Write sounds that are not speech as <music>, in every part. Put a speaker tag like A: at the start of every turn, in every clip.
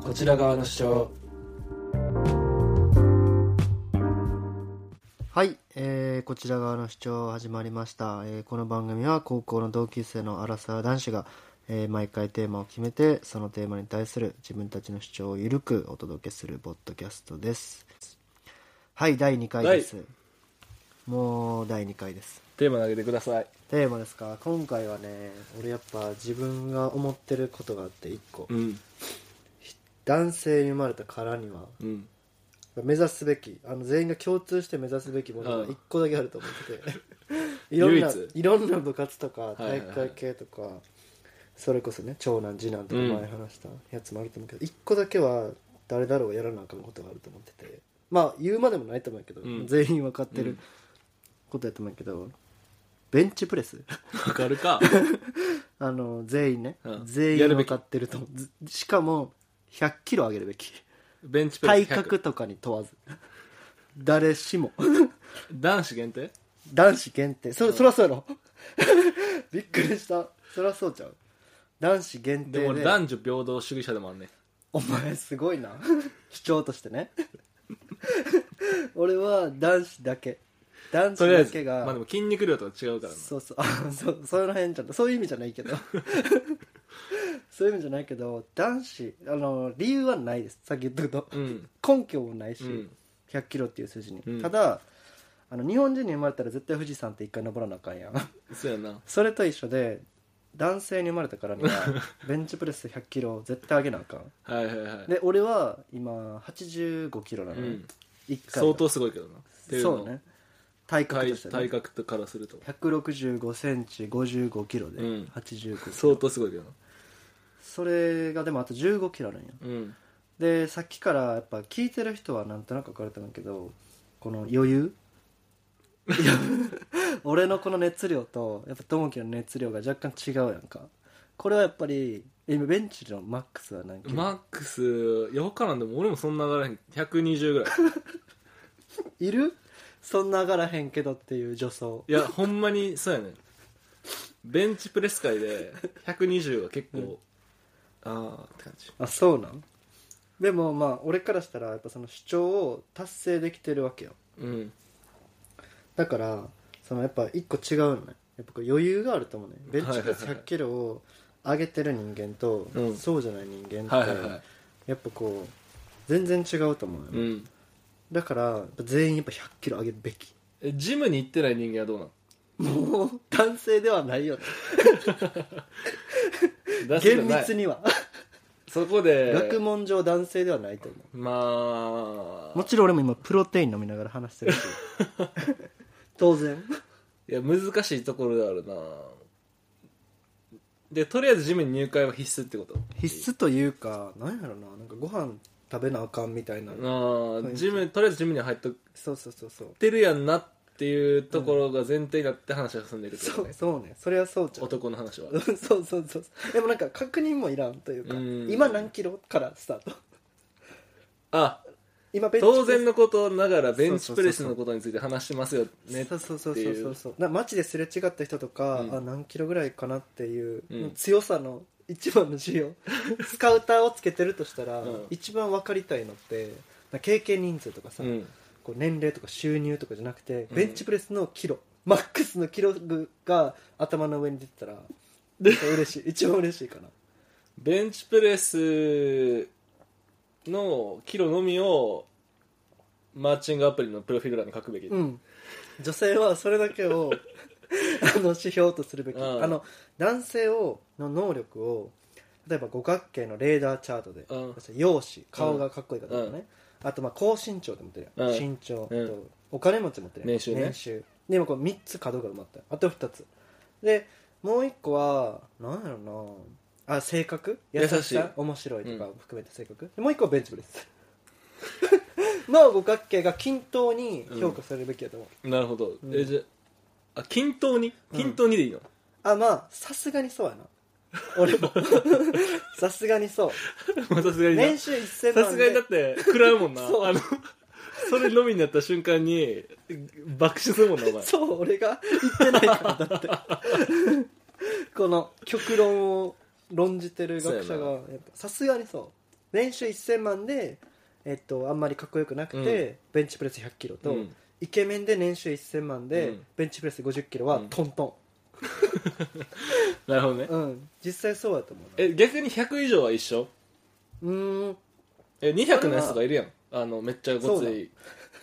A: こちら側の主張
B: はい、えーこちら側の視聴始まりました、えーこの番組は高校の同級生のアラサー男子が、えー毎回テーマを決めてそのテーマに対する自分たちの主張をゆるくお届けするポッドキャストですはい第2回です、もう第2回です
A: テーマ投げてください
B: テーマですか今回はね俺やっぱ自分が思ってることがあって1個、
A: ん
B: 男性に生まれたからには
A: うん
B: 目指すべきあの全員が共通して目指すべきものが
A: うん
B: 1個だけあると思っ
A: <laughs>
B: てていろん
A: 唯一
B: な、いろんな部活とか
A: いはいはい
B: 体育会系とか、それこそね長男次男とか
A: う
B: 前
A: ん
B: 話したやつもあると思うけど、1個だけは誰だろうがやらなあかんことがあると思っててまあ言うまでもないと思うけど、
A: うん
B: 全員分かってることやと思うけど、ベンチプレス
A: わかるか
B: あの全員ね、
A: うん
B: 全
A: やる
B: 員
A: べ
B: 分
A: き
B: かってると思うずしかも100キロ上げるべき
A: <laughs> ベンチプレ
B: 体
A: ス100
B: 格とかに問わず誰しも
A: 男子限定
B: 男子限定そ,、そらそうやろ <laughs> びっくりしたそらそうちゃう男子限
A: でも
B: 定で
A: 俺男女平等主義者でもあんね
B: お前すごいな主張としてね俺は男子だけ
A: と
B: 男子
A: りあえ
B: だ
A: ず
B: けが、
A: まあでも筋肉量とか違うからな
B: そうそう <laughs> あそその辺ちゃんとそういう意味じゃない
A: <laughs>
B: けどそういう意味じゃないけど男子あの理由はないですさっき言ったこと、
A: うん
B: 根拠もないし、
A: うん
B: 100キロっていう数字に、
A: うん
B: ただあの日本人に生まれたら絶対富士山って一回登らなあかんやん <laughs>
A: そうやな
B: それと一緒で男性に生まれ
A: <laughs>
B: たからにはベンチプレス100キロ絶対上げなあかん
A: はいはいはい
B: で俺は今85キロなの、
A: う
B: ね
A: ん
B: 1回
A: 相当すごいけどなっていうの
B: そうね体格
A: 体
B: として、ね、
A: 体格とからすると
B: 165センチ55キロで
A: うん
B: 85キロ、
A: 相当すごいけどな
B: それがでもあと15キロあるんや
A: うん
B: でさっきからやっぱ聞いてる人はなんとなく分かると思うけどこの余
A: <laughs>
B: 裕いや俺のこの熱量とやっぱ友樹の熱量が若干違うやんかこれはやっぱり今ベンチのマックスは何キロ、
A: マックスいや分からんでも俺もそんな上がらへん120ぐらい
B: いるそんな上がらへんけどっていう女装
A: いや <laughs> ほんまにそうやねんベンチプレス界で120は結構、ああって感じ
B: あそうなんでもまあ俺からしたらやっぱその主張を達成できてるわけよ
A: うん
B: だからそのやっぱ一個違うのねやっぱこう余裕があると思うねベンチプレス
A: はいはいは
B: 1
A: い
B: 0 0キロを上げてる人間と、
A: うん
B: そうじゃない人間って、
A: はいはいはい
B: やっぱこう全然違うと思うよ、
A: うん
B: だからやっぱ全員やっぱ1 0 0キロ上げるべき
A: えジムに行ってない人間はどうなの
B: もう男性ではないよね
A: 出せて
B: 厳
A: ない
B: 密には、
A: そこで
B: 学問上男性ではないと思
A: ま
B: うも
A: あ
B: ちろん俺も今プロテイン飲みながら話 <laughs> してるし当然
A: いや難しいところであるなでとりあえずジムに入会は必須ってこと
B: 必須というかなんやろななんかご飯食べなあかんみたいな、
A: ああジムとりあえずジムには入っとっ
B: そうそうそうそう
A: てるやんなっていうところが前提になって話が進んでいくってこ
B: そ
A: と
B: う
A: ね
B: そうねそれはそうじゃん
A: 男の話は
B: <laughs> そうそうそうそうでもなんか確認もいらんというか
A: うん
B: 今何キロからスタート <laughs>
A: あ
B: 今ベンチ
A: 当然
B: の
A: のことながらベンチプレスのことについて話してますよね
B: そうそうそう
A: って
B: そう
A: い
B: そう
A: う
B: そうな街ですれ違った人とか、
A: うん
B: あ何キロぐらいかなっていう、
A: うん
B: 強さの一番の需要 <laughs> スカウターをつけてるとしたら、
A: うん
B: 一番分かりたいのってな経験人数とかさ、
A: うん
B: こう年齢とか収入とかじゃなくて、
A: うん
B: ベンチプレスのキロマックスのキログが頭の上に出てた
A: <laughs>
B: ら嬉しい一番嬉しいかな
A: ベンチプレスのキロのみをマッチングアプリのプロフィール欄に書くべき、
B: うん、女性はそれだけ
A: <laughs>
B: をあの指標とするべき、
A: うん
B: あの男性をの能力を例えば五角形のレーダーチャートで、
A: うん
B: 容姿顔がかっこいいかどうかね、あとまあ高身長で持ってるやん、
A: うん
B: 身長と、
A: うん
B: お金持ち持ってるやん
A: 年収ね
B: 年収でもこう3つ角が埋まったよあと2つでもう1個はなんやろなあ性格
A: 優
B: 優
A: しい
B: しさ面白いとかを含めた性格、でもう1個はベンチプレス <laughs> の五角形が均等に評価されるべきやと思う、
A: なるほど、
B: うん
A: えじゃああ均等に
B: うん
A: 均等に
B: <laughs>
A: でいいの、
B: あまあさすがにそうやな俺
A: <laughs>
B: もさすがにそう
A: まあさすがにな
B: 年収1000万
A: さすがにだって食らうもんな
B: <laughs> そう
A: あのそれのみになった瞬間に爆死するもんなお前
B: <laughs> そう俺が言ってないからだって <laughs> この極論を論じてる学者
A: そ
B: が
A: う
B: やっぱさすがにそ練習1000万で、えっと、あんまりかっこよくなくて、ベンチプレス1 0 0キロと、
A: うん
B: イケメンで練習1000万で、
A: うん
B: ベンチプレス5 0キロは
A: うん
B: トント
A: なるほどね
B: ン、うん実際そうだと思う
A: え逆に100以上は一緒
B: うーん
A: え200のやつとかいるやんあのめっちゃごつい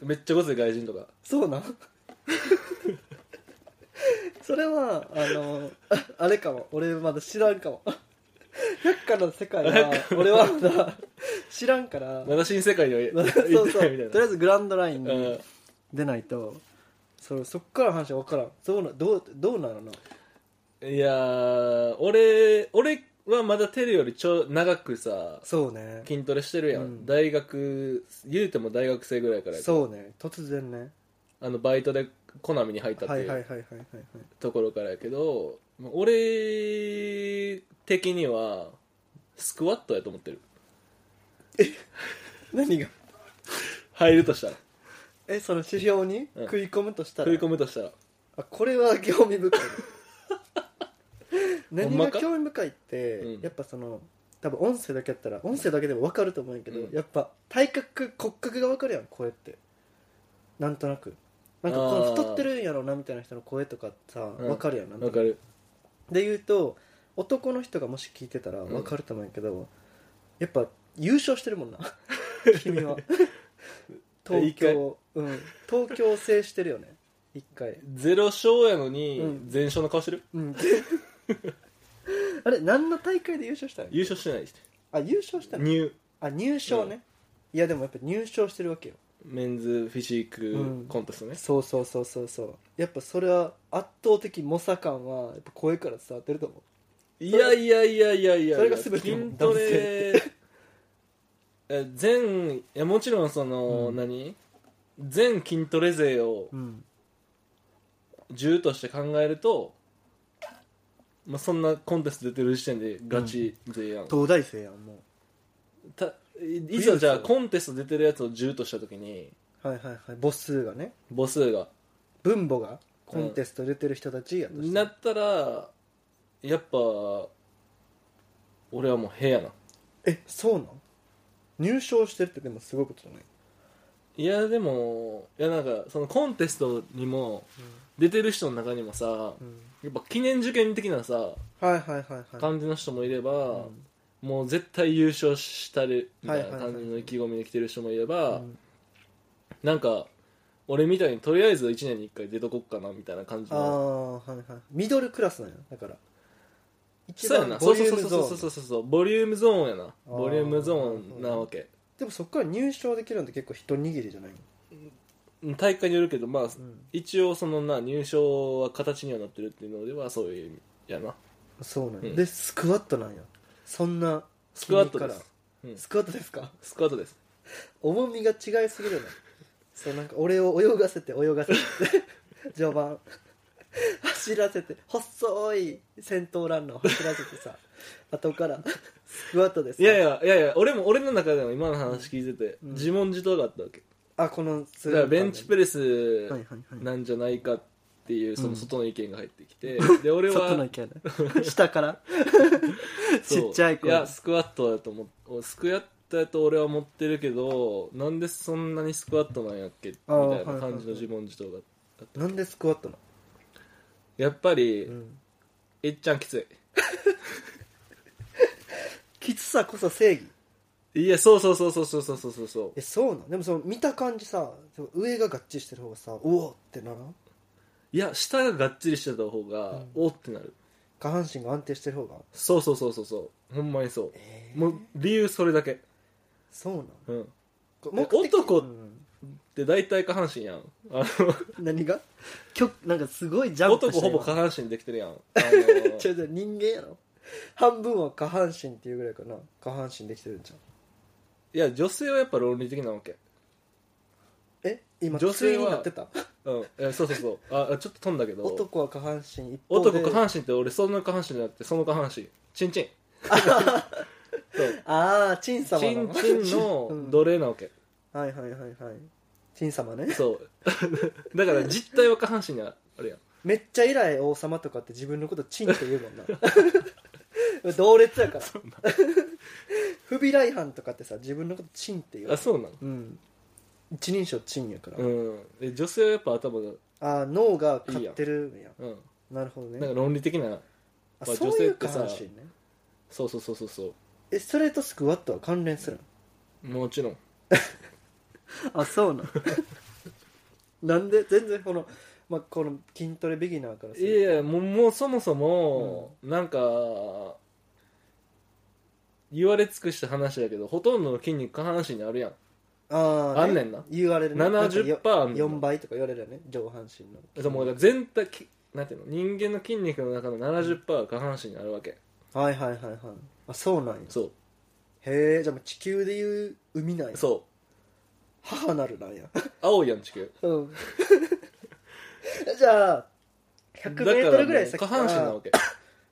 A: めっちゃごつい外人とか
B: <laughs> そうなんそれはあのああれかも俺まだ知らんかも百科の世界は俺はまだ知ら
A: <laughs>
B: んから
A: まだ新世界には行
B: そう
A: っ
B: <laughs>
A: て
B: そ
A: ないうみ
B: と
A: たい
B: りあ
A: な
B: えずグランドライン
A: う
B: に
A: ん
B: 出ないとそそっから話は分からんそうなどうどうなのな、
A: いやー俺俺はまだテルよりちょ長くさ
B: そうね
A: 筋トレしてるやん、
B: うん
A: 大学言うても大学生ぐらいからやけど
B: そうね突然ね
A: あのバイトでコナミに入ったって
B: は
A: い
B: いはいはいうはいはいはい
A: ところからやけど、まあ俺的にはスクワットやと思ってる
B: 何が
A: 入るとしたら
B: えその指標に
A: うん
B: 食い込むとしたら、
A: 食い込むとしたら
B: あこれは興
A: <laughs>
B: 味深い何
A: ほん
B: が
A: まか
B: 興味深いって、
A: うん
B: やっぱその多分音声だけやったら音声だけでも分かると思うんやけど、
A: うん
B: やっぱ体格骨格が分かるやん声ってなんとなくなんかこの
A: あー
B: 太ってるんやろうなみたいな人の声とかさ
A: うん
B: 分かるやんなんと
A: わ
B: なく
A: かる
B: で言うと男の人がもし聞いてたら分かると思うんやけど、やっぱ優勝してるもんな
A: <laughs>
B: 君は東京、うん、東京を制してるよね一回
A: ゼロ勝やのに
B: うん
A: 全勝の顔してる、
B: うん <laughs> あれ何の大会で優勝したの
A: 優勝してないし
B: あ優勝したの
A: ニュー
B: あ入賞ね、いやでもやっぱ入賞してるわけよ
A: メンズフィジー
B: うん
A: クコンテストね、
B: そうそうそうそうそうやっぱそれは圧倒的猛者感はやっぱ声から伝わってると思う
A: いやいやいやいやいや
B: それが全ての
A: 筋ト
B: 男性
A: レえ全いやもちろんその、
B: うん
A: 何全筋トレ勢を
B: うん
A: 10として考えると、まあ、そんなコンテスト出てる時点でガチ勢やん、
B: 東大生やんも
A: たいいざじゃあコンテスト出てるやつを10とした時に
B: うはいはいはい母数がね
A: 母数が
B: 分母がコンテスト出てる人たちやとして、
A: なったらやっぱ俺はもう部やな
B: えそうなん入賞してるってでもすごいことじゃない、
A: いやでもいやなんかそのコンテストにも出てる人の中にもさやっぱ記念受験的なさ
B: はいはいはいはい
A: 感じの人もいれば、
B: ん
A: もう絶対優勝したるみたい
B: はい
A: な
B: はいはい
A: 感じの意気込みで来てる人もいれば、
B: うん
A: なんか俺みたいにとりあえず1年に1回出とこっかなみたいな感じ
B: あ
A: の
B: あはいはいミドルクラスなんやだから一
A: そうやな
B: 番
A: そ
B: ボ
A: う
B: リ
A: そうそ
B: ューム
A: うそう
B: ゾ
A: そ
B: ーン
A: うそうそうボリュームゾーンやな
B: あー
A: ボリュームゾーンなわけ
B: でもそこから入賞できるのって結構一握りじゃないの
A: うん大会によるけどまあ、
B: ん
A: 一応そのな入賞は形にはなってるっていうのではそういう意味やな
B: そうなんや、
A: うん
B: でスクワットなんやそんな
A: スクワットで
B: 君
A: す、うん
B: スクワットですか
A: スクワットです
B: 重みが違いすぎるねそうなんか俺を泳がせて泳がせて <laughs> 序盤走らせて細い先頭ランナーを走らせてさ後からスクワットです
A: いやいやいやいや俺も俺の中でも今の話聞いてて、
B: うん
A: 自問自答があったわけ
B: あこの
A: だからベンチプ
B: レ
A: レ
B: ス
A: ス
B: はいはいはい
A: なんじゃないかっていうそ
B: うん
A: の外の意見が入ってきて、
B: <laughs>
A: で俺
B: 外の
A: は
B: 意見ね <laughs> 下から
A: <laughs> そう
B: ちっちゃい子
A: やスクワットだと思っスクワットだと俺は思ってるけどなんでそんなにスクワットなんやっけみ
B: あー
A: たいな感じの自問自答が
B: なんでスクワットな
A: やっぱり、
B: の、うん
A: えっちゃんきつ
B: きつさこそ正義
A: いいやそうそうそうそうそうそうそうそう
B: えそうなんでもその見た感じさその上が合致してる方がさうおーってならん
A: いや下ががっちりしてた方が、
B: うん
A: おってなる
B: 下半身が安定してる方が
A: そうそうそうそうそうほんまにそう、
B: え
A: もう理由それだけ
B: そうな
A: う
B: の
A: ん
B: こ
A: え
B: 目的
A: 男
B: うん
A: で大体下半身やんあ
B: 何がきょなんかすごいジ
A: の
B: ャンプ
A: 男
B: した
A: ほ
B: 今
A: ぼ下半身できてるやんあの <laughs>
B: 違う違う人間やろ半分は下半身っていうぐらいかな下半身できてるんじゃん
A: いや女性はやっぱ論理的なわけ
B: え今
A: 女性は
B: 対になってた
A: うんいやそうそうそうああちょっと飛んだけど
B: 男は下半身一方で
A: 男下半身って俺その下半身じゃなくてその下半身チ <laughs> ンチンそう
B: ああチン様
A: チ
B: な
A: ン
B: の
A: チン
B: <laughs>
A: の奴隷なわけ、
B: はいはいはいはいチン様ね
A: そう <laughs> だから実態は下半身にあるやん
B: めっちゃ偉い王
A: <laughs>
B: 様とかって自分のことチンって言うもんな同列やから不備来犯とかってさ自分のことチンって言う
A: あそうなの
B: うん一人称チンやから、
A: うんで女性はやっぱ頭が
B: ああ脳が勝ってるんや
A: うん
B: なるほどね
A: なんか論理的な
B: あ
A: まあ
B: そういう
A: 女性ってさ
B: 話ね
A: そうそうそうそうそ
B: えそれとスクワットは関連する
A: うもちろん
B: のあそうなの <laughs> なんで全然この、まあ、この筋トレビギナーからす
A: い
B: る
A: やいやもうもうそもそも、なんか言われ尽くした話だけどほとんどの筋肉下半身にあるやん
B: ああ、
A: あんねんな
B: 言われるねなんか
A: 70%あんねんな
B: よ4倍とか言われるよね上半身の
A: でもだから全体きなんていうの人間の筋肉の中の70%が下半身にあるわけ
B: はいはいはいはいあそうなんや
A: そ
B: へえじゃあもう地球でいう海なんや
A: うそ
B: 母なるなんや
A: う青いやん地球
B: うんじゃあ1 0 0ルぐらい先
A: 下
B: か
A: 半身な
B: ら
A: わけ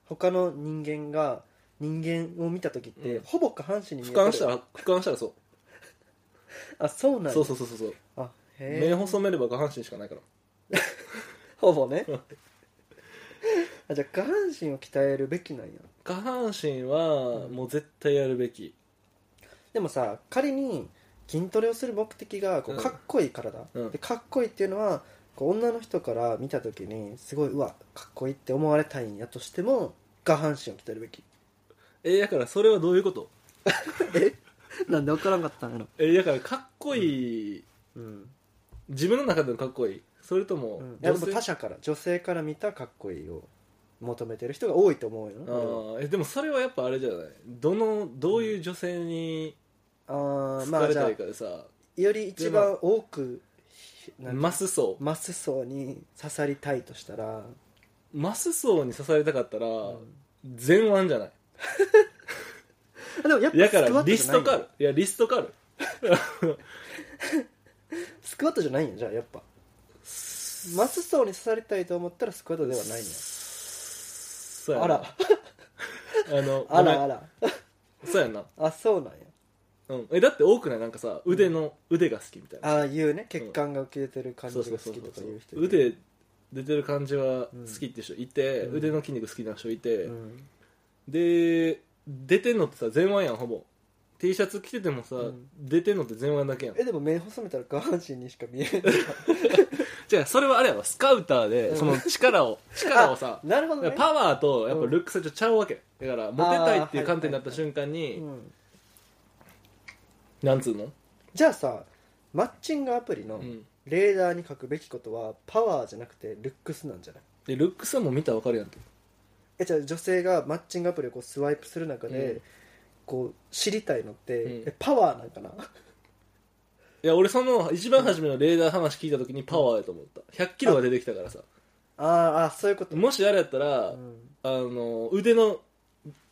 B: 他の人間が人間を見た時って、
A: うん
B: ほぼ下半身に見
A: 俯
B: えてる
A: 瞰したら俯瞰したらそ
B: あそうなん
A: う
B: や
A: そうそうそうそう
B: あへえ
A: 目細めれば下半身しかないから
B: ほぼねあじゃあ下半身を鍛えるべきなんや
A: 下半身はもう絶対やるべき
B: でもさ仮に筋トレをする目的がこう
A: うん
B: かっこいい体、
A: うん
B: でかっこいいっていうのはこう女の人から見た時にすごいうわかっこいいって思われたいんやとしても下半身を鍛える
A: <laughs>
B: べき
A: えだからそれはどういうこと
B: えなんで分からんかったんやろ
A: えだからかっこいい、
B: うん、
A: 自分の中でのかっこいいそれとも
B: うん、い
A: 女
B: やでも
A: 性、
B: 他者から女性から見たかっこいいを求めてる人が多いと思うよな
A: ああえでもそれはやっぱあれじゃないどのどういう女性に
B: あーま
A: 好か
B: あ
A: れ
B: じゃ
A: た
B: あ
A: いかでさ、
B: より一番多くなんて
A: マス層
B: マス層に刺さりたいとしたら、
A: マス層に刺されたかったら、
B: うん
A: 前腕じゃない
B: あでもやっぱ
A: だ
B: ス
A: か
B: クワ
A: ら
B: ット
A: リ
B: じ
A: ス
B: ゃない
A: トカ
B: んや
A: ルいやリストカル
B: スクワットじゃないんやじゃあやっぱマス層に刺されたいと思ったらスクワットではないん
A: そう
B: や
A: や
B: あ
A: な
B: ら
A: あの
B: <laughs> あら
A: ごめ
B: あ
A: ん
B: ら
A: そうやな、
B: あそうなんや
A: うん、えだって多くないなんかさ腕の、腕が好きみたいな
B: ああいうね血管が浮き出てる感じ
A: そう
B: が
A: そ
B: 好
A: うそう
B: きとか
A: そ
B: いう人
A: う腕出てる感じは好きって人いて、
B: うん
A: 腕の筋肉好きな人いて、
B: うん
A: で出てんのってさ前腕やんほぼ T シャツ着ててもさ、
B: うん
A: 出てんのって前腕だけやん
B: えでも目細めたら下半身にしか見
A: <laughs>
B: え
A: じゃあそれはあれやわスカウターで
B: うん
A: その力
B: <laughs>
A: を力をさ
B: ないなるほどね
A: パワーとやっぱルックスはちょっとちゃうわけだからモテたいっていう観点になった瞬間
B: う
A: に
B: ん
A: なんつうの
B: じゃあさマッチングアプリの
A: うん
B: レーダーに書くべきことはパワーじゃなくてルックスなんじゃない
A: でルックスはもう見たらわかるやんけ
B: えじゃあ女性がマッチングアプリをこうスワイプする中で、
A: うん
B: こう知りたいのって、
A: うん
B: えパワーなんかない
A: や俺その一番初めのレーダー話聞いた時にパワーやと思った1 0 0キロが出てきたからさ
B: あーあーそういうこと、
A: もしあれやったら、
B: うん
A: あの腕の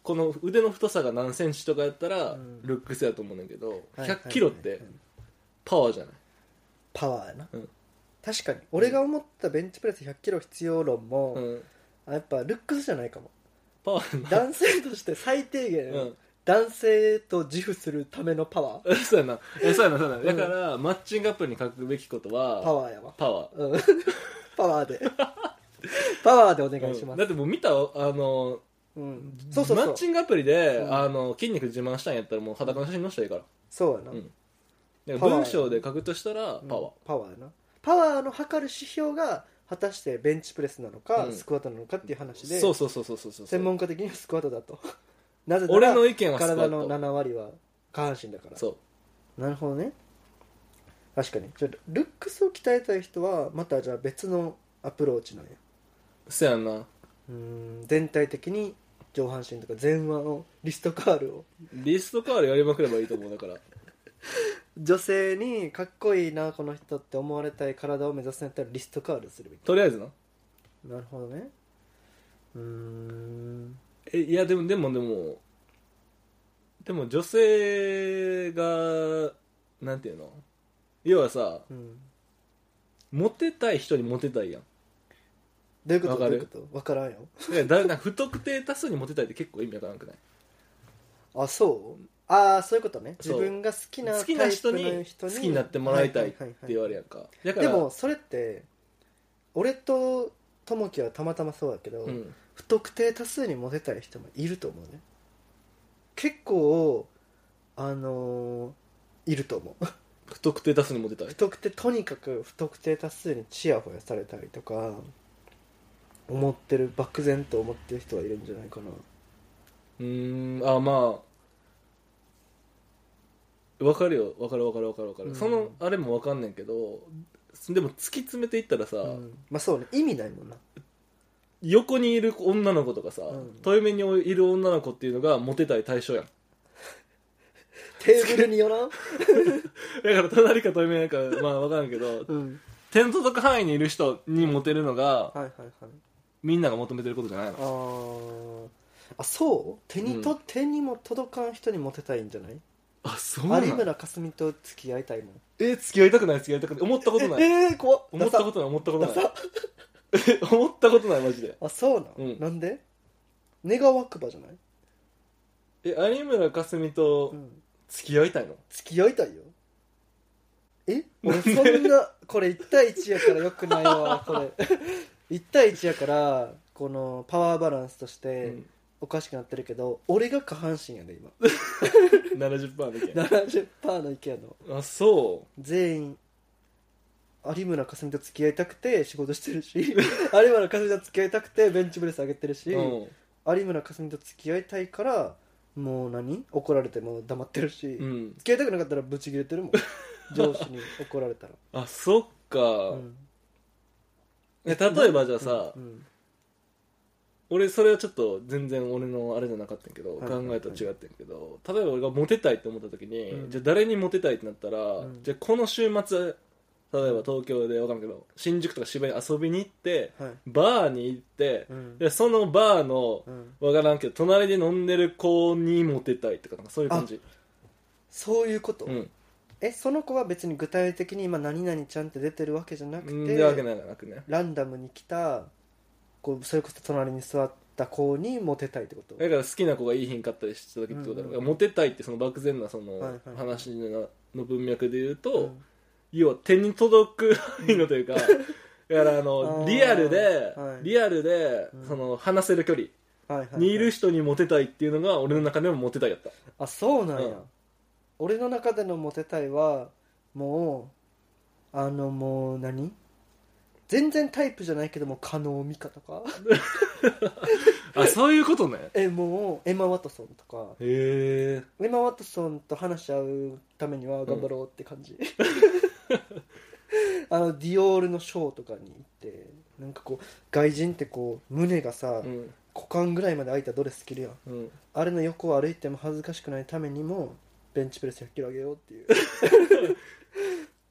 A: この腕の太さが何センチとかやったら、
B: うん
A: ルックスやと思うねんだけど、
B: はい
A: 100キロっ
B: はい
A: て
B: はい
A: パワーじゃない、
B: パワーやな、
A: うん
B: 確かに俺が思ったベンチプレス1 0 0キロ必要論も、
A: うん、
B: あやっぱルックスじゃないかも
A: パワーな
B: 男性として最低限、
A: うん <laughs>
B: 男性と自負するためのパワー
A: そうやなえそうやなそうやな、だからマッチングアプリに書くべきことは
B: パワーやわ、
A: パワ
B: うん、 <laughs> パワーで <laughs> パワーでお
A: ー
B: 願いします
A: だ、ってもう見たあの
B: うんそうそう
A: マ
B: そ
A: ッ
B: う
A: チングアプリで、
B: うん
A: あの筋肉自慢したんやったらもう裸の写真載せたらいいか
B: そうやな、
A: ら、うん、だ
B: パ
A: から
B: ワー
A: 文章で書くとしたらパ
B: う
A: ワ
B: んパワーやなパワーの測る指標が果たしてベンチプレスなのか、
A: うん
B: スクワットなのかっていう話
A: ー、
B: で
A: そうそうそうそうそうそう
B: 専門家的にはスクワット
A: <laughs>
B: だとなぜな
A: 俺
B: ら
A: の意見はスクワ
B: 体
A: ッ
B: の
A: ト
B: 7割は下半身だから
A: そう
B: なるほどね確かにじゃあルックスを鍛えたい人はまたじゃあ別のアプローチなんや
A: そうやんな
B: うーん全体的に上半身とか前腕をリストカールを
A: リストカールやりまくればいいと思うだから
B: 女性にかっこいいなこの人って思われたい体を目指すんやったらリストカールするべき
A: とりあえずな
B: なるほどねうーん
A: えいやでもでもでもでも女性がなんていうの要はさ
B: うん
A: モテたい人にモテたいやん
B: どういうこと
A: わ
B: ど
A: か
B: うい
A: る
B: うこと分からんよ
A: だからだなんか不特定多数にモテたいって結構意味わからなくない
B: あそうああそういうことね
A: そう
B: 自分が好きな
A: 好きな人
B: タイプの
A: に
B: 人
A: 好きになってもらいたいって
B: はははは
A: 言われやんかだか
B: で
A: ら
B: もそれって俺と友樹はたまたまそうだけど、
A: うん
B: 不特定多数にモテたい人もいると思うね結構あのーいると
A: <laughs>
B: 思う
A: 不特定多数にモテたい
B: 不特定とにかく不特定多数にチヤホヤされたりとか思ってる漠然と思ってる人はいるんじゃないかな
A: うーんあまあわかるよわかるわかるわかるわかる、
B: うん
A: そのあれもわかんねんけどでも突き詰めていったらさ、
B: うんまあそうね意味ないもんな
A: 横にいる女の子とかさ、
B: うん
A: 対面にいる女の子っていうのがモテたい対象やん
B: テーブルによらん、
A: だから隣か対面か <laughs> まあわからんけど
B: うん、
A: 点届く範囲にいる人にモテるのが
B: はいはいはい
A: みんなが求めてることじゃない
B: あ
A: の
B: ーあそう手にと、手にも届かん人にモテたいんじゃない
A: あそうな
B: 有
A: の
B: 村架純と付き合いたいもん
A: え付き合いたくない付き合いたくない思ったことない
B: ええー、怖っ
A: 思ったことない思ったことない <laughs> 思ったことないマジで
B: あそうな、
A: うん
B: ん、なんで願わくばじゃない、
A: え有村架純と
B: うん、
A: 付き合いたいの
B: 付き合いたいよえ俺そんなこれ1対1やからよくな
A: <laughs>
B: いわこれ1対1やからこのパワーバランスとし
A: う
B: て
A: ん
B: おかしくなってるけど、俺が下半身やね
A: <laughs>
B: 今
A: 70%だけ
B: 70%の意見やの
A: あそ
B: 全員有村架純と付き合いたくて仕事してるし <laughs> 有村架純と付き合いたくてベンチプレス上げてるし、
A: う、うん
B: 有村架純と付き合いたいからもう何怒られても黙ってるし、
A: うん、
B: 付き合いたくなかったらブチ切れて
A: <laughs>
B: るもん上司に怒られたら、
A: あそっか、
B: うん
A: いや例えばじゃあさ、
B: うん
A: 俺それはちょっと全然俺のあれじゃなかったんやけど、
B: はいはいはい
A: 考えと違ってんけど例えば俺がモテたいって思った時に、
B: うん
A: じゃあ誰にモテたいってなったら、
B: ん
A: じゃあこの週末例えば東京で分かんないけど新宿とか渋谷に遊びに行って
B: はい
A: バーに行って、
B: うん
A: でそのバーの
B: うん
A: 分からんけど隣で飲んでる子にモテたいとかなんかそういう感じ
B: そういうこと、
A: うん
B: えその子は別に具体的に今何々ちゃんって出てるわけじゃなく
A: うん
B: て
A: でわけないなくね
B: ランダムに来たこうそれこそ隣に座った子にモテたいってこと
A: だから好きな子がいい品買ったりした時ってことだろ、
B: うんうん
A: モテたいってその漠然なその
B: はいはい
A: 話のの文脈で言うと、
B: うん
A: 要は手に届く範囲のというか、だからあの
B: あー
A: リアルで、
B: はい
A: リアルで、
B: うん
A: その話せる距離
B: はいはいはい
A: にいる人にモテたいっていうのが俺の中でもモテたいやった、
B: あそうなんや、
A: うん
B: 俺の中でのモテたいはもうあのもう何全然タイプじゃないけども加納美香と <laughs> か
A: あそういうことね
B: えもうエマ・ワトソンとか
A: へえ
B: エマ・ワトソンと話し合うためには頑張ろうって感じ、 <laughs> あのディオールのショーとかに行ってなんかこう外人ってこう胸がさ、
A: うん
B: 股間ぐらいまで開いたドレス着るやん
A: うん
B: あれの横を歩いても恥ずかしくないためにもベンチプレス100キロ上げようっていう、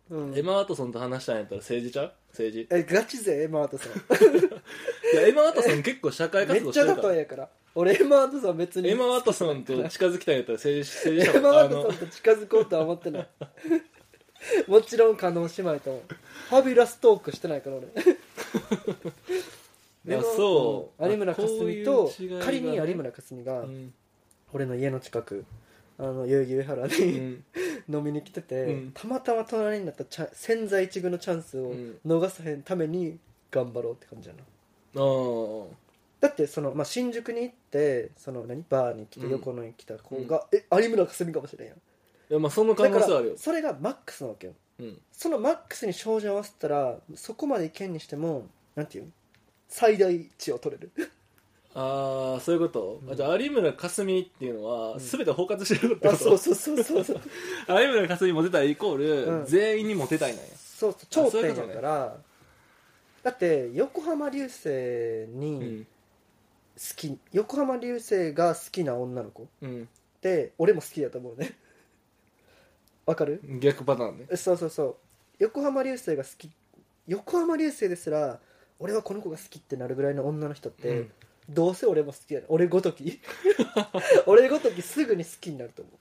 B: うん
A: エマ・ワトソンと話したんやったら政治ちゃう政治
B: えガチぜエマ・ワトソン
A: いやエマ・ワトソン結構社会
B: め
A: 活動し
B: っち
A: て
B: ゃ
A: る
B: だ
A: か
B: と
A: ら
B: やから俺エマ・ワトソン別に
A: エマ・ワトソンと近づきたいんやったら政治
B: <laughs>
A: 政治
B: エ
A: 者
B: マ・
A: は
B: ワトソンと近づこうとは思ってないもちろん加納姉妹ともファビュラストークしてないから俺
A: いやそう
B: うん有村架
A: こうい
B: 純
A: う
B: と
A: 違いがね
B: 仮に有村架純
A: あ
B: が
A: のうん
B: 俺の家の近くあの代々木上原
A: う
B: に
A: ん
B: 飲みに来てて、
A: うん
B: たまたま隣になったチャン千載一遇のチャンス
A: う
B: を
A: ん
B: 逃さへんために頑張ろうって感じやな
A: あー
B: だってその、まあ、新宿に行ってその何バーに来て
A: うん
B: 横野に来た子が、え有村架純かもしれんやん
A: いやまあその可
B: だか
A: 能性はあ
B: ら
A: るよ
B: それがマックスなわけよ
A: うん
B: そのマックスに照準を合わせたらそこまでいけんにしてもなんていうの最大値
A: <laughs>
B: を取れる
A: ああそういうこと、
B: うん
A: あじゃあ有村架純っていうのは、
B: うん
A: 全て包括してるってこ
B: あ
A: と
B: そうそうそうそ
A: <laughs>
B: うそう
A: 有村架純モテたいイコール、
B: うん
A: 全員にモテたいなんや
B: そう
A: あ
B: 頂
A: そういう
B: 点
A: こと
B: だ
A: ね
B: から、だって横浜流星に、好き横浜流星が好きな女の子っ
A: うん、
B: て俺も好きだと思うね <laughs> わかる
A: うん、逆パターンね
B: そうそうそう横浜流星が好き横浜流星ですら俺はこの子が好きってなるぐらいの女の人って、
A: うん
B: どうせ俺も好きやね俺ごとき <laughs> 俺ごときすぐに好きになると思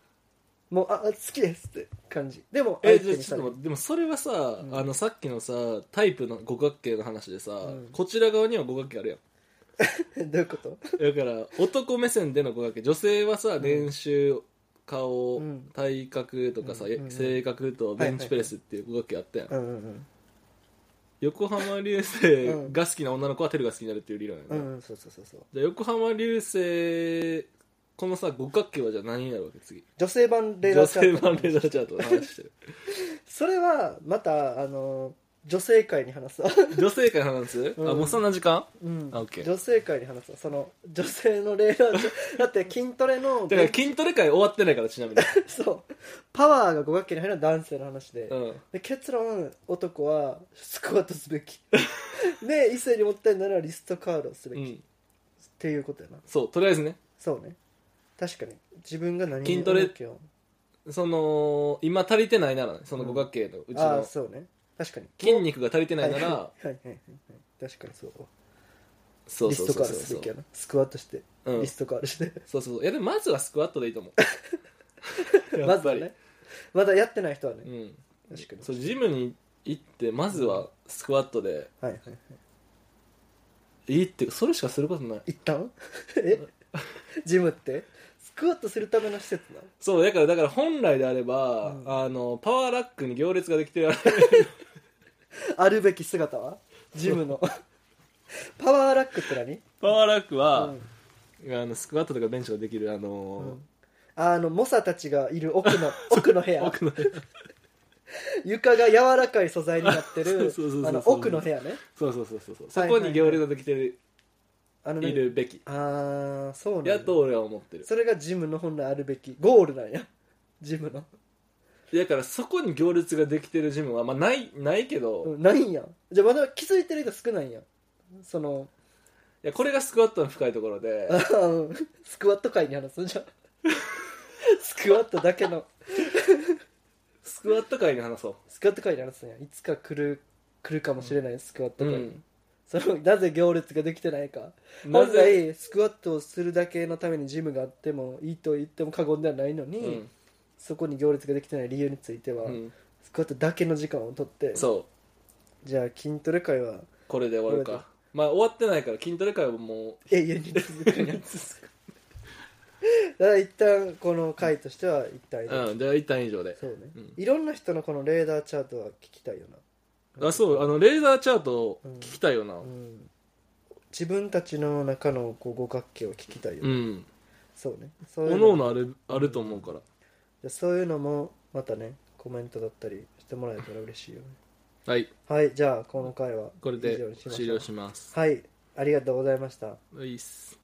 B: うもうあ好きですって感じでも
A: えじゃ
B: 相手
A: あ
B: に
A: ちょ
B: さ
A: っと
B: れる
A: 待ってでもそれはさ、
B: ん
A: あのさっきのさタイプの五角形の話でさ、
B: うん
A: こちら側には五角形ある
B: <laughs>
A: やん
B: どういうこと
A: だから男目線での五角形女性はさ年収、顔、
B: うん
A: 体格とかさ、
B: うんうんうん
A: 性格とベンチプレスっていう五角形あったやん、
B: うんうん
A: 横浜流星が好きな女の子はテルが好きになるっていう理論やね、
B: うんうんそうそうそうそう
A: じゃあ横浜流星このさ五角形はじゃあ何になるわけ次
B: 女性版レーダ
A: 女
B: ーチャー
A: 性
B: ト
A: 版レーダーチャートの話
B: <laughs>
A: してる
B: それはまたあの女性会に話すわ、
A: 女性会の話す、
B: うん
A: あもうそんな時間
B: うん
A: あオッケー
B: 女性会に話すわその女性のレ
A: <laughs>
B: ーダーチャートだって筋トレの
A: だから筋トレ会終わってないからちなみに、
B: そうパワーが五角形に入るのは男性の話で、
A: うん、
B: で結論男はスクワットすべ
A: <laughs>
B: きで異性に持ったいならリストカードをすべ
A: う
B: き、っ
A: ん、
B: ていうことやな
A: そうとりあえずね
B: そうね確かに自分が何に
A: 筋トレ
B: 重きを
A: その今足りてないならねその五角形のうち
B: ああ
A: の
B: そうね確かに
A: 筋肉が足りてないなら、
B: はいはいはいはい確かにそう
A: そう
B: リ
A: そ
B: ス
A: うそう
B: トカードす
A: そ
B: べ
A: う
B: きやなスクワットして、
A: うん
B: リストカードして
A: そうそうそういやでもまずはスクワットでいいと思
B: <laughs>
A: うや
B: ま
A: っ
B: ず
A: ぱ
B: は
A: り
B: ねまだやってない人はね、
A: うん
B: 確かに
A: そうジムに行ってまずはスクワットで
B: はいはいはい
A: いいってそれしかすることない
B: 一
A: <laughs>
B: 旦えジムってスクワットするための施設なの
A: そうだからだから本来であれば、
B: うん
A: あのパワーラックに行列ができてる
B: あるべき姿はジ
A: <laughs>
B: ムのパワーラックって何
A: <laughs> パワーラックは
B: うん、
A: あのスクワットとかベンチができるあの
B: あの猛者たちがいる
A: <laughs>
B: 奥の奥の部
A: ー、
B: 屋
A: 奥の <laughs>
B: 床が柔らかい素材になっ
A: <laughs> そ
B: て
A: う
B: る
A: そうそうそう
B: あの奥の部屋ね
A: そうそうそうそうそうそ
B: はい
A: こに行列ができてる、
B: あの
A: いるべき
B: ああそうなん
A: や
B: や
A: と俺は思ってる
B: それがジムの本来あるべきゴールなんやジムの、
A: だからそこに行列ができてるジムは、まあ、ないないけど、
B: う
A: い
B: ん、ないんやじゃあまだ気づいてる人少ないんやその
A: やこれがスクワットの深いところで
B: あースクワット界に話すんじゃんスクワットだけの
A: スクワット界に話そ
B: スクワット界に話すんやいつか来る来るかもしれないスクワッ
A: う、
B: ト
A: う
B: 界に、
A: ん、
B: そのなぜ行列ができてないか
A: な
B: 本
A: ぜ、
B: 来スクワットをするだけのためにジムがあってもいいと言っても過言ではないのに、
A: うん
B: そこに行列ができてない理由については、
A: うん、
B: スクワットだけの時間を取って
A: そう
B: じゃあ筋トレ会は
A: これで終わる
B: これで
A: かまあ終わってないから筋トレ会はも
B: 永遠に続く
A: <laughs>
B: やつだから一旦この会としては一旦、
A: う、うん、じゃあ一旦以上で
B: そうね、
A: うん
B: いろんな人のこのレーダーチャートは聞きたいよな
A: あそうあのレーザーチャート聞きたいよな
B: うん、自分たちの中のこう五角形を聞きたいよ
A: う
B: な、
A: ん
B: そうねそうい
A: 各
B: うの
A: 々あるあると思うから
B: じゃあそういうのもまたねコメントだったりしてもらえたら嬉しいよね
A: はい
B: はいじゃあこの回は
A: これ
B: 以上
A: で
B: にしましょう
A: 終了します
B: はいありがとうございました
A: ういっす